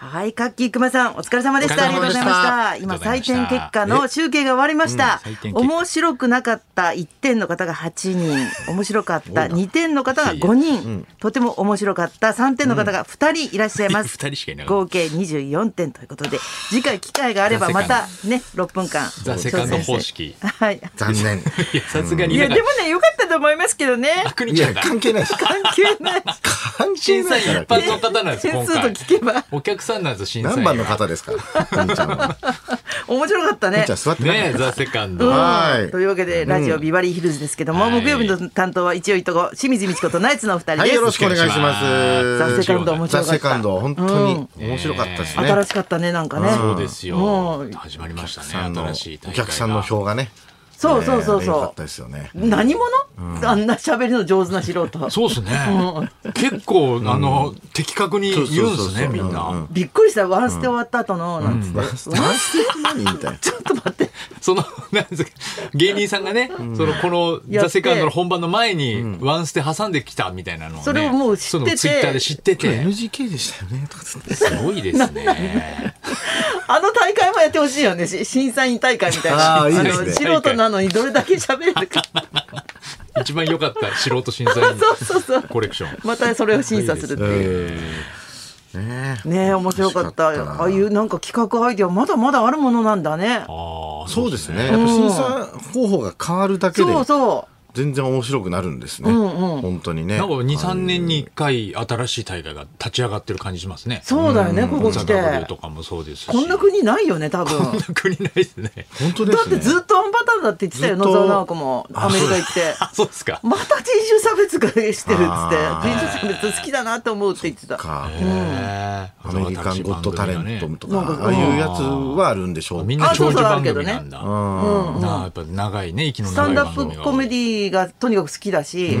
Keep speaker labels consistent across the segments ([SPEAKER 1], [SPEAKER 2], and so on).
[SPEAKER 1] はい、カッキークマさん、お疲れ様でした。あ
[SPEAKER 2] お
[SPEAKER 1] り
[SPEAKER 2] 疲
[SPEAKER 1] がとうご
[SPEAKER 2] れ様で
[SPEAKER 1] ざ
[SPEAKER 2] し
[SPEAKER 1] い
[SPEAKER 2] た
[SPEAKER 1] ました。
[SPEAKER 2] あ
[SPEAKER 1] 今、
[SPEAKER 2] りがとうござ
[SPEAKER 1] 採
[SPEAKER 2] いました
[SPEAKER 1] 点結果の集計が終わりました
[SPEAKER 2] うん採点。結果
[SPEAKER 1] 面白くなかった1点の方が8人、面白かった2点の方が5人、とても面白かった3点の方が2人いらっしゃいます。
[SPEAKER 2] 二人しかいなかった
[SPEAKER 1] 合計24点ということで、次回機会があればまたね、6分間。
[SPEAKER 2] ザセカンド方式
[SPEAKER 1] 挑戦して。はい。
[SPEAKER 3] 残念。
[SPEAKER 2] いやさすが
[SPEAKER 1] い
[SPEAKER 2] に
[SPEAKER 1] や、
[SPEAKER 2] な
[SPEAKER 1] で
[SPEAKER 2] ん
[SPEAKER 1] も
[SPEAKER 2] か
[SPEAKER 1] ね、良かったと思いますけど ね。
[SPEAKER 2] あくに
[SPEAKER 3] い
[SPEAKER 2] ちゃ
[SPEAKER 3] や、
[SPEAKER 2] んが
[SPEAKER 3] 関係ないです。
[SPEAKER 1] 関係ない。
[SPEAKER 3] 関係
[SPEAKER 2] 審査
[SPEAKER 3] ない
[SPEAKER 2] 員一
[SPEAKER 3] から
[SPEAKER 2] 般の方なんですよ
[SPEAKER 1] 点
[SPEAKER 2] 今
[SPEAKER 1] 数と
[SPEAKER 2] 回
[SPEAKER 1] 聞けば、
[SPEAKER 2] お客さんなんですよ審査員
[SPEAKER 3] 何番の方ですか兄ちゃんは。
[SPEAKER 1] 面白かったね
[SPEAKER 3] 兄ちゃ。ん座ってなか
[SPEAKER 2] ね
[SPEAKER 3] っ
[SPEAKER 2] え
[SPEAKER 3] た
[SPEAKER 2] ザセカン
[SPEAKER 1] うん
[SPEAKER 2] ド
[SPEAKER 3] はい
[SPEAKER 1] というわけで、ラジオビバリーヒルズですけども、
[SPEAKER 2] はい
[SPEAKER 1] 木曜日の担当は一応いとこ、清水美智子とナイツのお二人
[SPEAKER 3] はい、
[SPEAKER 1] です。
[SPEAKER 3] よろしくお願いします。
[SPEAKER 1] ザ・セカンド面白
[SPEAKER 3] ザ・
[SPEAKER 1] か
[SPEAKER 3] セ
[SPEAKER 1] っ
[SPEAKER 3] カン
[SPEAKER 1] た。
[SPEAKER 3] ド、本当に面白かったですね。
[SPEAKER 1] 新しかったね、なんかね。
[SPEAKER 2] そうです
[SPEAKER 1] も
[SPEAKER 2] よ
[SPEAKER 1] う
[SPEAKER 2] 始まりました
[SPEAKER 3] さん
[SPEAKER 2] ね
[SPEAKER 3] の
[SPEAKER 2] 新しい大会
[SPEAKER 3] お客さんの票がね。
[SPEAKER 1] そうそうそう
[SPEAKER 3] えー良かっ
[SPEAKER 1] そ
[SPEAKER 3] たですよね。
[SPEAKER 1] う。何者あんな喋りの上手な素 人。
[SPEAKER 2] そうですね結構あの的確に言うんで
[SPEAKER 3] そうそう
[SPEAKER 2] す
[SPEAKER 3] そう
[SPEAKER 2] ねみん
[SPEAKER 3] うんう
[SPEAKER 2] な
[SPEAKER 1] びっくりした、ワンステ終わった後の、なんつって。
[SPEAKER 3] ワンステワンステ何みたいな。
[SPEAKER 1] ちょっと待って。
[SPEAKER 2] そのなんですか芸人さんがねそのこの
[SPEAKER 1] やって
[SPEAKER 2] ザセカンドの本番の前にワンステ挟んできたみたいなのをね
[SPEAKER 1] それをもう知ってて
[SPEAKER 2] そのツイッターで知って て
[SPEAKER 3] NGK でしたよね、とかつって。
[SPEAKER 2] すごいですね。
[SPEAKER 1] あの大会もやってほしいよね。し審査員大会みたいな。
[SPEAKER 3] あーいいです
[SPEAKER 1] の、
[SPEAKER 3] ね
[SPEAKER 1] 素人なのにどれだけ喋れる か。
[SPEAKER 2] 一番良かった素人審査 員
[SPEAKER 1] そうそうそう。
[SPEAKER 2] コレクション。
[SPEAKER 1] またそれを審査するっていう。
[SPEAKER 3] ねえ
[SPEAKER 1] ねえ面白かった
[SPEAKER 3] 楽しかったな
[SPEAKER 1] ああいうなんか企画アイディアまだまだあるものなんだね
[SPEAKER 2] ああ、
[SPEAKER 3] そうですね。やっぱ審査方法が変わるだけで
[SPEAKER 1] そうそう
[SPEAKER 3] 全然面白くなるんですね。本当にね。
[SPEAKER 2] なんか2、3年に1回新しい大会が立ち上がってる感じしますね。
[SPEAKER 1] そうだよね、ここ
[SPEAKER 2] 大
[SPEAKER 1] 来
[SPEAKER 2] 阪府
[SPEAKER 1] て
[SPEAKER 2] とかもそうですし。
[SPEAKER 1] こんな国ないよね多分
[SPEAKER 2] こんな国ないですね。
[SPEAKER 3] 本当で
[SPEAKER 1] だっ
[SPEAKER 3] すね。
[SPEAKER 1] てずっとアンパターンだって言ってたよ
[SPEAKER 3] ず
[SPEAKER 1] 野
[SPEAKER 3] っと
[SPEAKER 1] 沢直子もアメリカ行って
[SPEAKER 2] あ、そうですか。
[SPEAKER 1] また人種差別がしてるっつって人
[SPEAKER 3] あー
[SPEAKER 1] 種差別好きだなって思うって言ってた
[SPEAKER 3] か。
[SPEAKER 2] へー
[SPEAKER 3] アメリカンゴッドタレントと
[SPEAKER 1] なんかこ
[SPEAKER 3] か、
[SPEAKER 1] う
[SPEAKER 3] ああいうやつはあるんでしょう。
[SPEAKER 2] みんな
[SPEAKER 1] あそうそ
[SPEAKER 2] 長
[SPEAKER 1] う
[SPEAKER 2] 寿
[SPEAKER 1] ある
[SPEAKER 2] 番
[SPEAKER 1] けど
[SPEAKER 2] 組
[SPEAKER 1] ね
[SPEAKER 2] なんだ。
[SPEAKER 3] うん
[SPEAKER 2] なあ、やっぱ長いね、息の
[SPEAKER 1] スタ
[SPEAKER 2] 長
[SPEAKER 1] ン
[SPEAKER 2] い
[SPEAKER 1] ダ
[SPEAKER 2] 番
[SPEAKER 1] ッ
[SPEAKER 2] 組
[SPEAKER 1] プコメデ
[SPEAKER 2] ィ
[SPEAKER 1] ィがとにかく好きだし、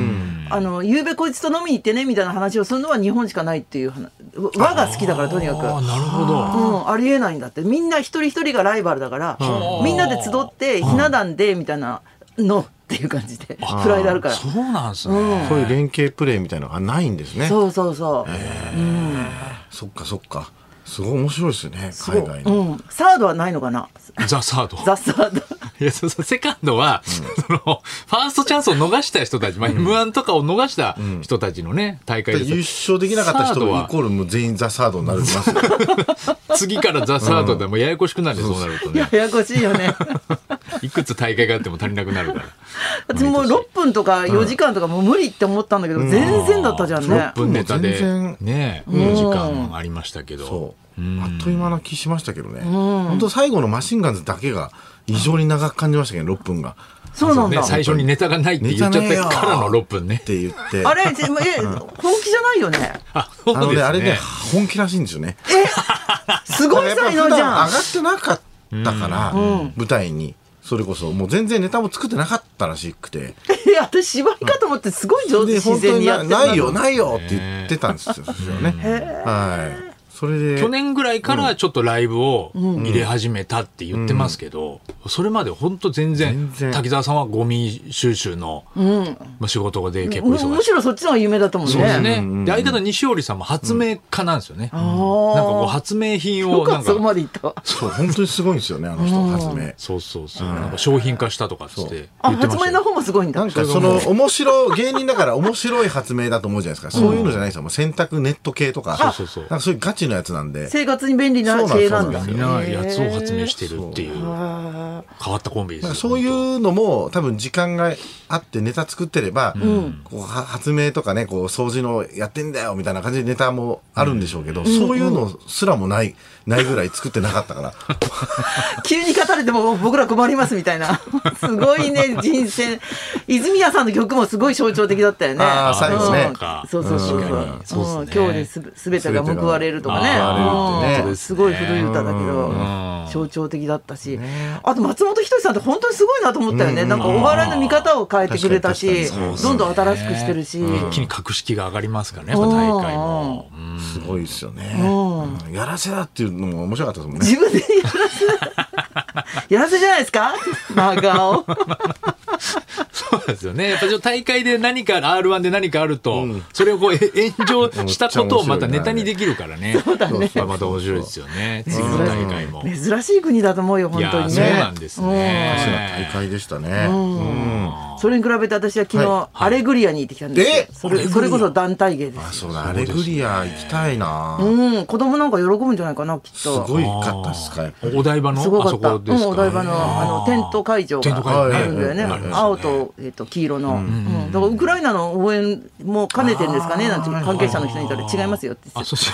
[SPEAKER 1] あの夕べこいつと飲みに行ってねみたいな話をするのは日本しかないっていう話和が好きだからとにかく
[SPEAKER 2] ああ、なるほど。
[SPEAKER 1] うん、ありえないんだってみんな一人一人がライバルだから
[SPEAKER 2] うん
[SPEAKER 1] みんなで集ってひな壇でみたいなのっていう感じでフライであるから
[SPEAKER 2] そうなんですね。
[SPEAKER 3] そういう連携プレーみたいなのがないんですね。
[SPEAKER 1] そうそうそう、
[SPEAKER 3] そっかそっか。すごい面白いですね、海外
[SPEAKER 1] う
[SPEAKER 3] の。
[SPEAKER 1] ん、サードはないのかな
[SPEAKER 2] ザ・サード。
[SPEAKER 1] ザ・サード
[SPEAKER 2] いや、そうそう、セカンドは、その、ファーストチャンスを逃した人たち、まあ、M1 とかを逃した人たちのね、大会で
[SPEAKER 3] 優
[SPEAKER 2] す、
[SPEAKER 3] 勝できなかった
[SPEAKER 2] サー
[SPEAKER 3] 人
[SPEAKER 2] ド
[SPEAKER 3] も
[SPEAKER 2] は
[SPEAKER 3] イコールもう全員ザ・サードになりますよ。
[SPEAKER 2] 次からザ・サードでもうややこしくなるね、そうなるとね
[SPEAKER 1] や。やこしいよ ね
[SPEAKER 2] いくつ大会があっても足りなくなるから。
[SPEAKER 1] 私もう6分とか4時間とかもう無理って思ったんだけど、全然だったじゃんね
[SPEAKER 2] 6分ネタで
[SPEAKER 3] 全然、
[SPEAKER 2] ね、4時間ありましたけど
[SPEAKER 3] そ。う。あっという間な気しましたけどね。本当最後のマシンガンズだけが異常に長く感じましたけど、6分が。
[SPEAKER 1] そうなんだ、
[SPEAKER 2] ね、最初にネタがないって言っちゃってからの6分ね
[SPEAKER 3] っ。て言って。
[SPEAKER 1] あれでもえ本気じゃないよね
[SPEAKER 2] あ、そ
[SPEAKER 3] あの
[SPEAKER 2] うで
[SPEAKER 3] ね、あ
[SPEAKER 2] す
[SPEAKER 3] れね
[SPEAKER 2] ね。、
[SPEAKER 3] 本気らしいんですよね。
[SPEAKER 1] すごい
[SPEAKER 3] やっぱ
[SPEAKER 1] 才
[SPEAKER 3] り
[SPEAKER 1] 能
[SPEAKER 3] 普段
[SPEAKER 1] じ
[SPEAKER 3] 上
[SPEAKER 1] ゃ
[SPEAKER 3] が
[SPEAKER 1] ん
[SPEAKER 3] ってなかったから、舞台に。それこそ、もう全然ネタも作ってなかったらしくて。
[SPEAKER 1] いや私芝居かと思ってすごい上手
[SPEAKER 3] で、
[SPEAKER 1] 自
[SPEAKER 3] 本当
[SPEAKER 1] 然
[SPEAKER 3] に
[SPEAKER 1] にやっ
[SPEAKER 3] な
[SPEAKER 1] てるな
[SPEAKER 3] ないよ、ないよって言ってたんですよね。はい。それで。
[SPEAKER 2] 去年ぐらいからちょっとライブを入れ始めたって言ってますけど、それまで本当全然
[SPEAKER 3] 全然
[SPEAKER 2] 滝沢さんはゴミ収集の、まあ仕事がで結構忙しい
[SPEAKER 1] むむしろそっちの方が夢だと思うね
[SPEAKER 2] そうですね。で、相方西織さんも発明家なんですよね。なんかこう発明品
[SPEAKER 1] よ
[SPEAKER 2] を、
[SPEAKER 1] く
[SPEAKER 2] なん
[SPEAKER 1] はそこ
[SPEAKER 2] か、
[SPEAKER 1] までいったわ
[SPEAKER 3] そう、本当にすごいんですよね、あの人、発明。
[SPEAKER 2] そうそうそう、なんか商品化したとかっつって
[SPEAKER 1] あ
[SPEAKER 2] 言ってま
[SPEAKER 1] 発明
[SPEAKER 2] した
[SPEAKER 1] の
[SPEAKER 2] よ。
[SPEAKER 1] 方もすごいんだ
[SPEAKER 3] なんかその面白い芸人だから面白い発明だと思うじゃないですか。そういうのじゃないですよ。もう洗濯ネット系とか。
[SPEAKER 2] そうそうそう
[SPEAKER 3] なんかそういうガチのやつなんで。
[SPEAKER 1] 生活に便利な
[SPEAKER 3] そうなん
[SPEAKER 1] 系なん
[SPEAKER 3] そう
[SPEAKER 1] だ
[SPEAKER 3] なん
[SPEAKER 2] みんなやつを発明してるっていう、変
[SPEAKER 1] あー
[SPEAKER 2] わったコンビです
[SPEAKER 3] なん
[SPEAKER 2] よ。
[SPEAKER 3] かそういうのも多分時間があってネタ作ってれば、こうは発明とかねこう掃除のやってんだよみたいな感じでネタもあるんでしょうけど、そういうのすらもないないぐらい作ってなかったから
[SPEAKER 1] 急に語れても僕ら困りますみたいな すごいね人生泉谷さんの曲もすごい象徴的だったよね
[SPEAKER 3] あー最後ね
[SPEAKER 1] うんそうそうそう
[SPEAKER 2] 確かに
[SPEAKER 1] そ
[SPEAKER 2] そうう
[SPEAKER 1] う
[SPEAKER 2] っすね
[SPEAKER 1] ん今日で全てが報われるとかね
[SPEAKER 2] 全てが
[SPEAKER 3] 報われるって
[SPEAKER 1] う
[SPEAKER 3] ね
[SPEAKER 1] んすごい古い歌だけど
[SPEAKER 2] ん
[SPEAKER 1] 象徴的だったしあと松本人志さんって本当にすごいなと思ったよねなんかお笑いの見方を変えてくれたし
[SPEAKER 3] 確かに確かにそうっす
[SPEAKER 1] どんどん新しくしてるし
[SPEAKER 2] 一気に格式が上がりますからね、やっぱ大会も。うん
[SPEAKER 3] すごいですよね、うんやらせだっていうのも面白かったですもんね
[SPEAKER 1] 自分でやらせやらせじゃないですか真顔
[SPEAKER 2] ですよね。やっぱちょっと大会で何か R1 で何かあると、それをこうえ炎上したことをまたネタにできるからね。そうだね。また面白いですよね。次の大会も。
[SPEAKER 1] 珍しい国だと思うよ
[SPEAKER 2] い
[SPEAKER 1] 本
[SPEAKER 2] や
[SPEAKER 1] 当
[SPEAKER 2] ー
[SPEAKER 1] に
[SPEAKER 2] そうな
[SPEAKER 1] ね
[SPEAKER 2] んですね。
[SPEAKER 3] おかしな大会でしたね。うん
[SPEAKER 1] それに比べて私は昨日、
[SPEAKER 3] は
[SPEAKER 1] アレグリアに行ってきたんですよ
[SPEAKER 3] え
[SPEAKER 1] それそれこそ団体芸で
[SPEAKER 3] あ、
[SPEAKER 1] す
[SPEAKER 3] そうだ、アレグリア行きたいな。
[SPEAKER 1] うん子供なんか喜ぶんじゃないかなきっ
[SPEAKER 3] す
[SPEAKER 1] と
[SPEAKER 3] ごいかったっすか、やっぱり。
[SPEAKER 2] お台場の
[SPEAKER 1] すご
[SPEAKER 2] あ
[SPEAKER 1] か
[SPEAKER 2] そ
[SPEAKER 1] った
[SPEAKER 2] こです
[SPEAKER 1] うん、お
[SPEAKER 2] か。
[SPEAKER 1] 台場のあのテント会場
[SPEAKER 2] テント会
[SPEAKER 1] が
[SPEAKER 2] 場ね
[SPEAKER 1] あるんだよね、
[SPEAKER 2] うんありますよね
[SPEAKER 1] 青と,、えっと黄色の、うんだからウクライナの応援も兼ねてんですかねなんて関係者の人に言ったら違いますよって
[SPEAKER 2] あ、そうしよ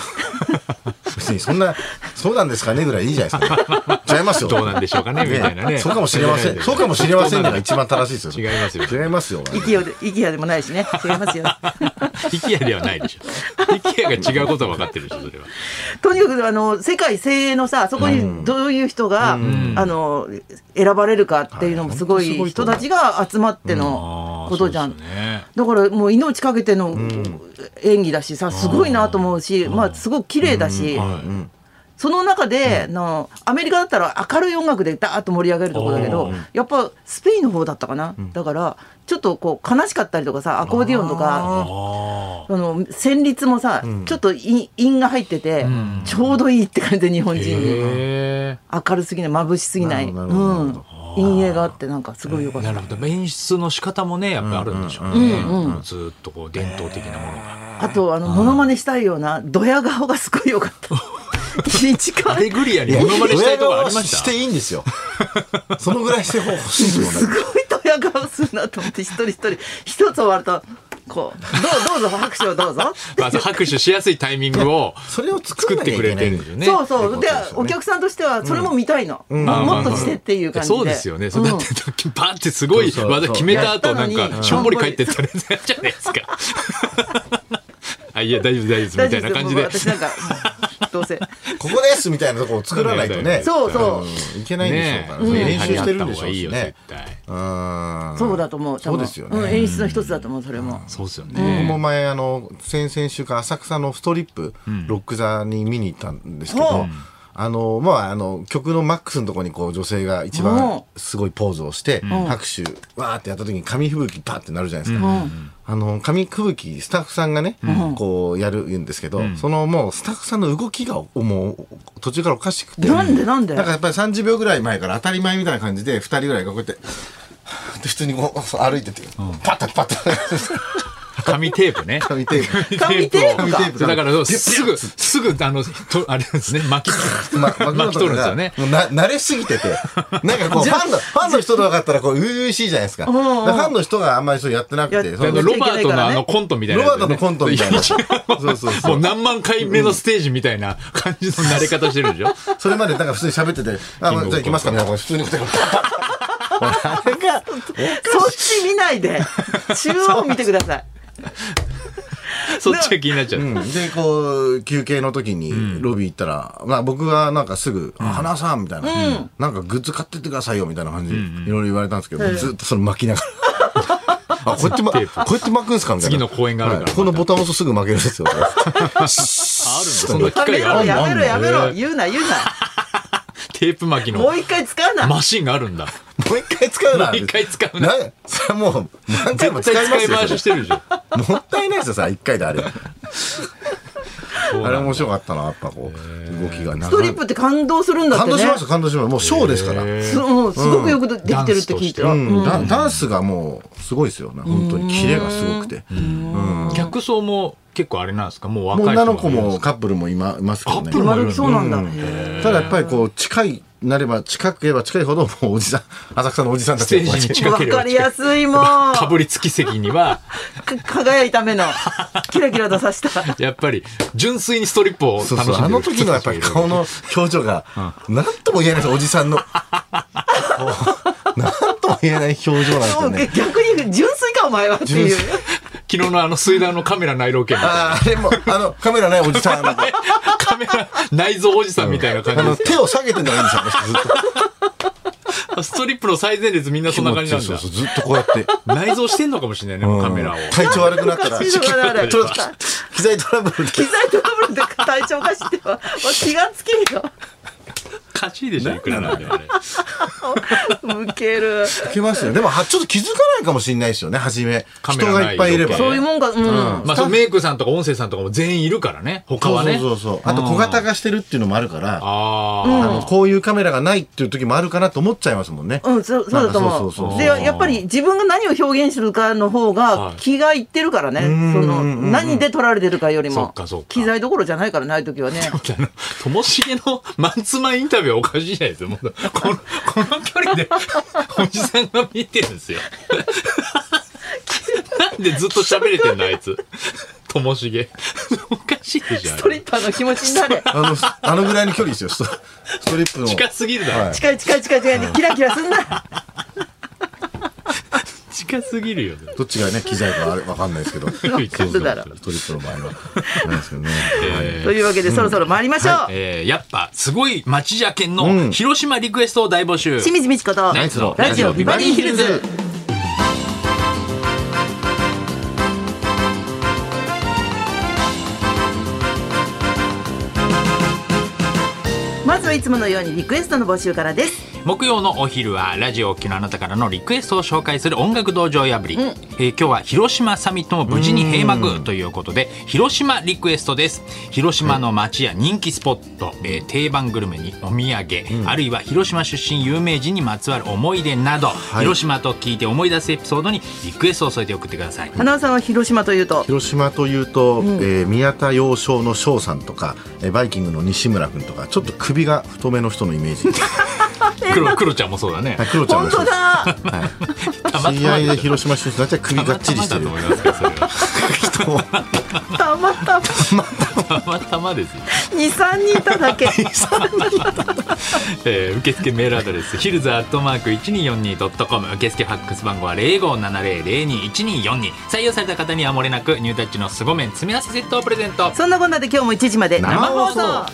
[SPEAKER 3] 別にそんな、そうなんですかねぐらいいいじゃないですか。ちゃいます
[SPEAKER 2] う。
[SPEAKER 3] よ。
[SPEAKER 2] どうなんでしょうかね、みたいなね。
[SPEAKER 3] そうかもしれ ません。そうかもしれませんのが一番正しいですよ。
[SPEAKER 2] 違いますよ
[SPEAKER 3] 違いますよ。
[SPEAKER 1] イキアでイキアでもないしね 違いますよ
[SPEAKER 2] IKEA ではないでしょ。IKEA が違うことは分かってるでしょ、それは。
[SPEAKER 1] とにかくあの世界精鋭のさそこにどういう人が、あの選ばれるかっていうのもすご
[SPEAKER 3] はい
[SPEAKER 1] い
[SPEAKER 3] 本当す
[SPEAKER 1] 人
[SPEAKER 3] ごいと思う
[SPEAKER 1] たちが集まって
[SPEAKER 2] あ
[SPEAKER 1] の
[SPEAKER 2] ー
[SPEAKER 1] ことじゃん、
[SPEAKER 2] そうですね
[SPEAKER 1] だからもう命かけての演技だしさすごいなと思うし、まあすごく綺麗だし、
[SPEAKER 2] は
[SPEAKER 1] その中で、のアメリカだったら明るい音楽でダーッと盛り上げるとこだけどやっぱスペインの方だったかな、だからちょっとこう悲しかったりとかさアコーディオンとかあ
[SPEAKER 2] あ
[SPEAKER 1] の旋律もさ、ちょっと韻韻が入ってて、ちょうどいいって感じで日本
[SPEAKER 2] ー
[SPEAKER 1] 人に
[SPEAKER 2] へ
[SPEAKER 1] 明るすぎない眩しすぎない、う
[SPEAKER 3] なるほど
[SPEAKER 1] ん、陰影があってなんかすごいよか
[SPEAKER 2] ー
[SPEAKER 1] っ
[SPEAKER 2] な
[SPEAKER 1] た
[SPEAKER 2] る。ほど演出の仕方もねやっぱあるんでしょうねずーっとこう伝統的なものが
[SPEAKER 1] あとあのモノマネしたいようなドヤ顔がすごい良か った。一
[SPEAKER 2] ア
[SPEAKER 1] 番
[SPEAKER 2] レグリアにモノマネしたいとこありまし
[SPEAKER 3] したていいんですよ。そのぐらいして欲しいですもん
[SPEAKER 1] す
[SPEAKER 3] ね。
[SPEAKER 1] ごいドヤ顔するなと思って一人一人一つ終わるとこうどうどうぞ拍手をどうぞ。
[SPEAKER 2] まず拍手しやすいタイミングを
[SPEAKER 3] それを作
[SPEAKER 2] 作
[SPEAKER 3] ん
[SPEAKER 2] っ
[SPEAKER 3] なき
[SPEAKER 2] て
[SPEAKER 3] ゃい
[SPEAKER 2] く
[SPEAKER 3] け
[SPEAKER 2] れ
[SPEAKER 3] ない
[SPEAKER 2] て
[SPEAKER 3] ん
[SPEAKER 2] る
[SPEAKER 3] で
[SPEAKER 2] んですよね
[SPEAKER 1] そうそう
[SPEAKER 3] そう
[SPEAKER 1] で
[SPEAKER 3] ですよね
[SPEAKER 1] お客さんとしてはそれも見たいの、
[SPEAKER 2] まあまあ
[SPEAKER 1] もっとしてっていう感じで。
[SPEAKER 2] そうですよね。それだって、バンってすごい
[SPEAKER 3] そうそう
[SPEAKER 2] 技決めた後、なん
[SPEAKER 1] やったの
[SPEAKER 2] か、
[SPEAKER 1] に
[SPEAKER 2] しょんぼり帰ってったら全然じゃないですか。あ、いや、大丈夫、大丈
[SPEAKER 1] 大
[SPEAKER 2] 夫、み
[SPEAKER 1] 丈夫で
[SPEAKER 2] たいな
[SPEAKER 1] す
[SPEAKER 2] 感じで
[SPEAKER 1] もう。私なんかどうせ
[SPEAKER 3] ここですみたいなとこを作らないとね。。
[SPEAKER 1] そうそうん
[SPEAKER 3] いけないんでしょうからね。
[SPEAKER 2] え
[SPEAKER 3] 練習してるんでしょう
[SPEAKER 2] いい
[SPEAKER 3] し
[SPEAKER 2] よ、
[SPEAKER 3] ね
[SPEAKER 2] 絶。対。
[SPEAKER 3] うん
[SPEAKER 1] そうだと思う。多分
[SPEAKER 3] そうですよね
[SPEAKER 1] ん演出の一つだと思うそれも。
[SPEAKER 2] そうですよ
[SPEAKER 3] 僕
[SPEAKER 2] ね。
[SPEAKER 3] も前あの先々週か浅草のストリップ、ロック座に見に行ったんですけ
[SPEAKER 1] ほ
[SPEAKER 3] ど、
[SPEAKER 1] う
[SPEAKER 3] あのまああの曲のマックスのところにこう女性が一番
[SPEAKER 1] ほ
[SPEAKER 3] すごいポーズをして、拍手わーってやった時に紙吹雪パーってなるじゃないですか。あの紙吹雪スタッフさんがね、こうやるんですけど、そのもうスタッフさんの動きがもう途中からおかしくて
[SPEAKER 1] なんでなんで。
[SPEAKER 3] なんかやっぱり30秒ぐらい前から当たり前みたいな感じで2人ぐらいがこうやって って普通にこう歩いてて、パッタパッタ
[SPEAKER 2] 紙テープね。
[SPEAKER 3] 紙テープ
[SPEAKER 1] 紙テープか。
[SPEAKER 3] プ
[SPEAKER 2] そうだからそう、すぐ、すぐ、あの、とあれですね、巻 き、
[SPEAKER 3] ま
[SPEAKER 2] 巻き取るんですよね。
[SPEAKER 3] もうな慣れすぎ てて、なんかこう、ファンの、ファンの人とかだったら、こう、初々しいじゃないですか。だからファンの人があんまりそうやってなく
[SPEAKER 1] や
[SPEAKER 3] て、
[SPEAKER 1] っ
[SPEAKER 3] そ
[SPEAKER 2] あ
[SPEAKER 3] の
[SPEAKER 2] の
[SPEAKER 3] ロ
[SPEAKER 2] ロバートのあのコントみたいな
[SPEAKER 3] バ
[SPEAKER 2] や
[SPEAKER 3] ー
[SPEAKER 2] つね。
[SPEAKER 3] トのコントみたいな。そう そうそ
[SPEAKER 2] も
[SPEAKER 3] う
[SPEAKER 2] う。何万回目のステージみたいな感じの慣れ方してるでしょ
[SPEAKER 3] それまでなんか普通に喋ってて、あ、じゃあ行きますか、みたいな。普通にこうやって
[SPEAKER 1] そっち見ないで中央見てくだ さい。
[SPEAKER 2] そっちが気になっちゃう。
[SPEAKER 3] うんで、こう、休憩の時にロビー行ったら、まあ僕がなんかすぐ、あ花さんみたいな、なんかグッズ買ってってくださいよみたいな感じで、いろいろ言われたんですけど、ずっとそれ 巻きながら。あ、こうやってま、こうやって巻くんですかみたいな。
[SPEAKER 2] 次の公演があるから
[SPEAKER 3] はいここのボタン押すとすぐ巻けるんですよ。
[SPEAKER 2] あるんだ。そんな機
[SPEAKER 1] やめ
[SPEAKER 2] 会があ
[SPEAKER 1] ろ
[SPEAKER 2] るんだ。
[SPEAKER 1] やめろやめ
[SPEAKER 2] へ
[SPEAKER 1] ろ
[SPEAKER 2] ー
[SPEAKER 1] 言うな言う
[SPEAKER 2] テープ巻 き
[SPEAKER 1] な。も
[SPEAKER 2] の
[SPEAKER 1] う一回使うな。
[SPEAKER 2] マシンがあるんだ。
[SPEAKER 3] もう一回使うな。
[SPEAKER 2] もう一回使うな。
[SPEAKER 3] それはもう、何回も
[SPEAKER 2] 絶対
[SPEAKER 3] 使
[SPEAKER 2] 使
[SPEAKER 3] いま
[SPEAKER 2] い回
[SPEAKER 3] すよ
[SPEAKER 2] ししてるでしょ。
[SPEAKER 3] それ。もったいないですよ、さ、一回であれ。あれ
[SPEAKER 2] も
[SPEAKER 3] 面白かったな、やっぱこう、動きが。
[SPEAKER 1] ストリップって感動するんだって
[SPEAKER 3] 感
[SPEAKER 1] ね。
[SPEAKER 3] 動しました、感動しました。もうショーですから。
[SPEAKER 1] すうんすごくよくできてるって聞いてる。
[SPEAKER 3] うん、ダダンスがもう、すごいですよね。本当に、キレがすごくて。
[SPEAKER 2] 客層も結構あれなんですかもう
[SPEAKER 3] もう
[SPEAKER 2] 若い人
[SPEAKER 3] 女
[SPEAKER 2] が
[SPEAKER 3] の子もカップルも今いますけど
[SPEAKER 2] カ
[SPEAKER 3] ね。
[SPEAKER 2] ップル
[SPEAKER 1] 今時そうなんだ。
[SPEAKER 3] ただやっぱりこう、近い、なれば近ければ近いほど、もうおじさん、浅草のおじさんた
[SPEAKER 2] ステ
[SPEAKER 3] ち
[SPEAKER 2] ージに
[SPEAKER 3] が。
[SPEAKER 2] 近
[SPEAKER 1] わ
[SPEAKER 2] ければ
[SPEAKER 1] かりやすいもう
[SPEAKER 2] かぶりつき席には
[SPEAKER 1] か輝いた目のキラキラとさした
[SPEAKER 2] やっぱり純粋にストリップを楽し
[SPEAKER 3] そ
[SPEAKER 2] ん
[SPEAKER 3] う
[SPEAKER 2] で
[SPEAKER 3] そう、
[SPEAKER 2] る
[SPEAKER 3] あの時のやっぱり顔の表情が、なんとも言えないです、おじさんの。こうなんとも言えない表情なんです
[SPEAKER 1] も
[SPEAKER 3] よ
[SPEAKER 1] う
[SPEAKER 3] ね。
[SPEAKER 1] 逆に純粋かお前はっていう
[SPEAKER 3] 純粋
[SPEAKER 2] 昨日のあの水田のカメラ内漏検
[SPEAKER 3] あーあれも、あの、カメラないおじさん、あの
[SPEAKER 2] カメラ内蔵おじさんみたいな
[SPEAKER 3] あ
[SPEAKER 2] 感
[SPEAKER 3] の
[SPEAKER 2] じ
[SPEAKER 3] 手を下げてんだからいいんですよあの人、ずっと。
[SPEAKER 2] ストリップの最前列みんなそんな感じなん
[SPEAKER 3] そう
[SPEAKER 2] だ
[SPEAKER 3] そう、ずっとこうやって。
[SPEAKER 2] 内蔵してんのかもしれないねカメラを
[SPEAKER 3] うん体調悪くなったら、
[SPEAKER 1] おかしいのかなあれ
[SPEAKER 3] ちょっと機材トラブルで
[SPEAKER 1] 機材トラブルで体調おかしいってはもう気がつけよ
[SPEAKER 2] かしいでしょいくらなんでもあれ
[SPEAKER 1] 受ける。
[SPEAKER 3] いけますよ。でも、はちょっと気づかないかもしれないですよね、初め。
[SPEAKER 2] カメ
[SPEAKER 3] 人
[SPEAKER 2] ラない
[SPEAKER 3] がいっぱいいれば。
[SPEAKER 1] そういうもんが、うん。
[SPEAKER 2] まあそうメイクさんとか音声さんとかも全員いるからね他
[SPEAKER 3] そう
[SPEAKER 2] はね
[SPEAKER 3] そうそうそう。あと、小型化してるっていうのもあるから、
[SPEAKER 2] あ
[SPEAKER 3] あ
[SPEAKER 2] あ
[SPEAKER 3] のこういうカメラがないっていう時もあるかなと思っちゃいますもんね。
[SPEAKER 1] うん、そうそうだと
[SPEAKER 3] なん
[SPEAKER 1] 思う
[SPEAKER 3] かそうそうそう
[SPEAKER 1] でやっぱり自分が何を表現するかの方
[SPEAKER 2] は
[SPEAKER 1] が
[SPEAKER 2] い
[SPEAKER 1] 気がいってるからね、
[SPEAKER 3] ん
[SPEAKER 1] そ
[SPEAKER 3] うんうんう
[SPEAKER 1] の
[SPEAKER 3] ん
[SPEAKER 1] 何で撮られてるかより
[SPEAKER 2] そ
[SPEAKER 1] も
[SPEAKER 2] っかそっか
[SPEAKER 1] 機材どころじゃないからない時 はね
[SPEAKER 2] あのともしげのマンツーマンインタビューはおかしいじゃないですか。もうこの、この距離で、おじさんが見えてるんですよ。なんでずっと喋れてんの、あいつ。ともしげ。おかしいでしょ。あれ
[SPEAKER 1] ストリッパーの気持ちになれ
[SPEAKER 3] あの、あのぐらいの距離ですよ、ストストリップの。
[SPEAKER 2] 近すぎるだろ、
[SPEAKER 3] はい
[SPEAKER 1] 近い近い近い 近いキラキラすんな
[SPEAKER 2] 近すぎるよね。
[SPEAKER 3] どっちがね、機材かあれわかんないですけど。ス
[SPEAKER 1] 分かるだろ
[SPEAKER 3] トリップの場合は。なんですけどね。はい
[SPEAKER 1] というわけでそろそろ参りましょう、
[SPEAKER 2] えーやっぱ、すごい町じゃけんの広島リクエストを大募集。
[SPEAKER 1] 清水美智子と
[SPEAKER 2] ナイツの
[SPEAKER 1] ラジオビバリーヒルズまずはいつものようにリクエストの募集からです
[SPEAKER 2] 木曜のお昼はラジオ沖のあなたからのリクエストを紹介する音楽道場破り、えー今日は広島サミットも無事に閉幕ということで広島リクエストです広島の街や人気スポット、えー定番グルメにお土産、あるいは広島出身有名人にまつわる思い出など、
[SPEAKER 3] い
[SPEAKER 2] 広島と聞いて思い出すエピソードにリクエストを添えて送ってください、
[SPEAKER 1] 花尾さんは広島というと
[SPEAKER 3] 広島というと、えー宮田洋翔の翔さんとか、えーバイキングの西村君とかちょっと首が太めの人のイ メージ
[SPEAKER 2] 黒黒ちゃんもそうだね
[SPEAKER 3] はい黒ちゃん
[SPEAKER 1] 本
[SPEAKER 3] です
[SPEAKER 1] 当だ
[SPEAKER 2] たまたま
[SPEAKER 3] 知り合い
[SPEAKER 2] だ
[SPEAKER 3] で
[SPEAKER 2] と
[SPEAKER 3] 広島出身になっちゃ首がっちりして
[SPEAKER 2] た
[SPEAKER 3] る
[SPEAKER 2] またまだと思いますけどそれは
[SPEAKER 1] たまたま
[SPEAKER 2] たまたまですよ
[SPEAKER 1] 23人いただけ
[SPEAKER 2] えー受付メールアドレスヒルズアットマーク 1242.com 受付ファックス番号は0570021242採用された方にはもれなくニュータッチの凄麺詰め合わせセットをプレゼント
[SPEAKER 1] そんなこんなで今日も1時まで生
[SPEAKER 3] 生
[SPEAKER 1] 放
[SPEAKER 3] 放
[SPEAKER 1] 送
[SPEAKER 3] 送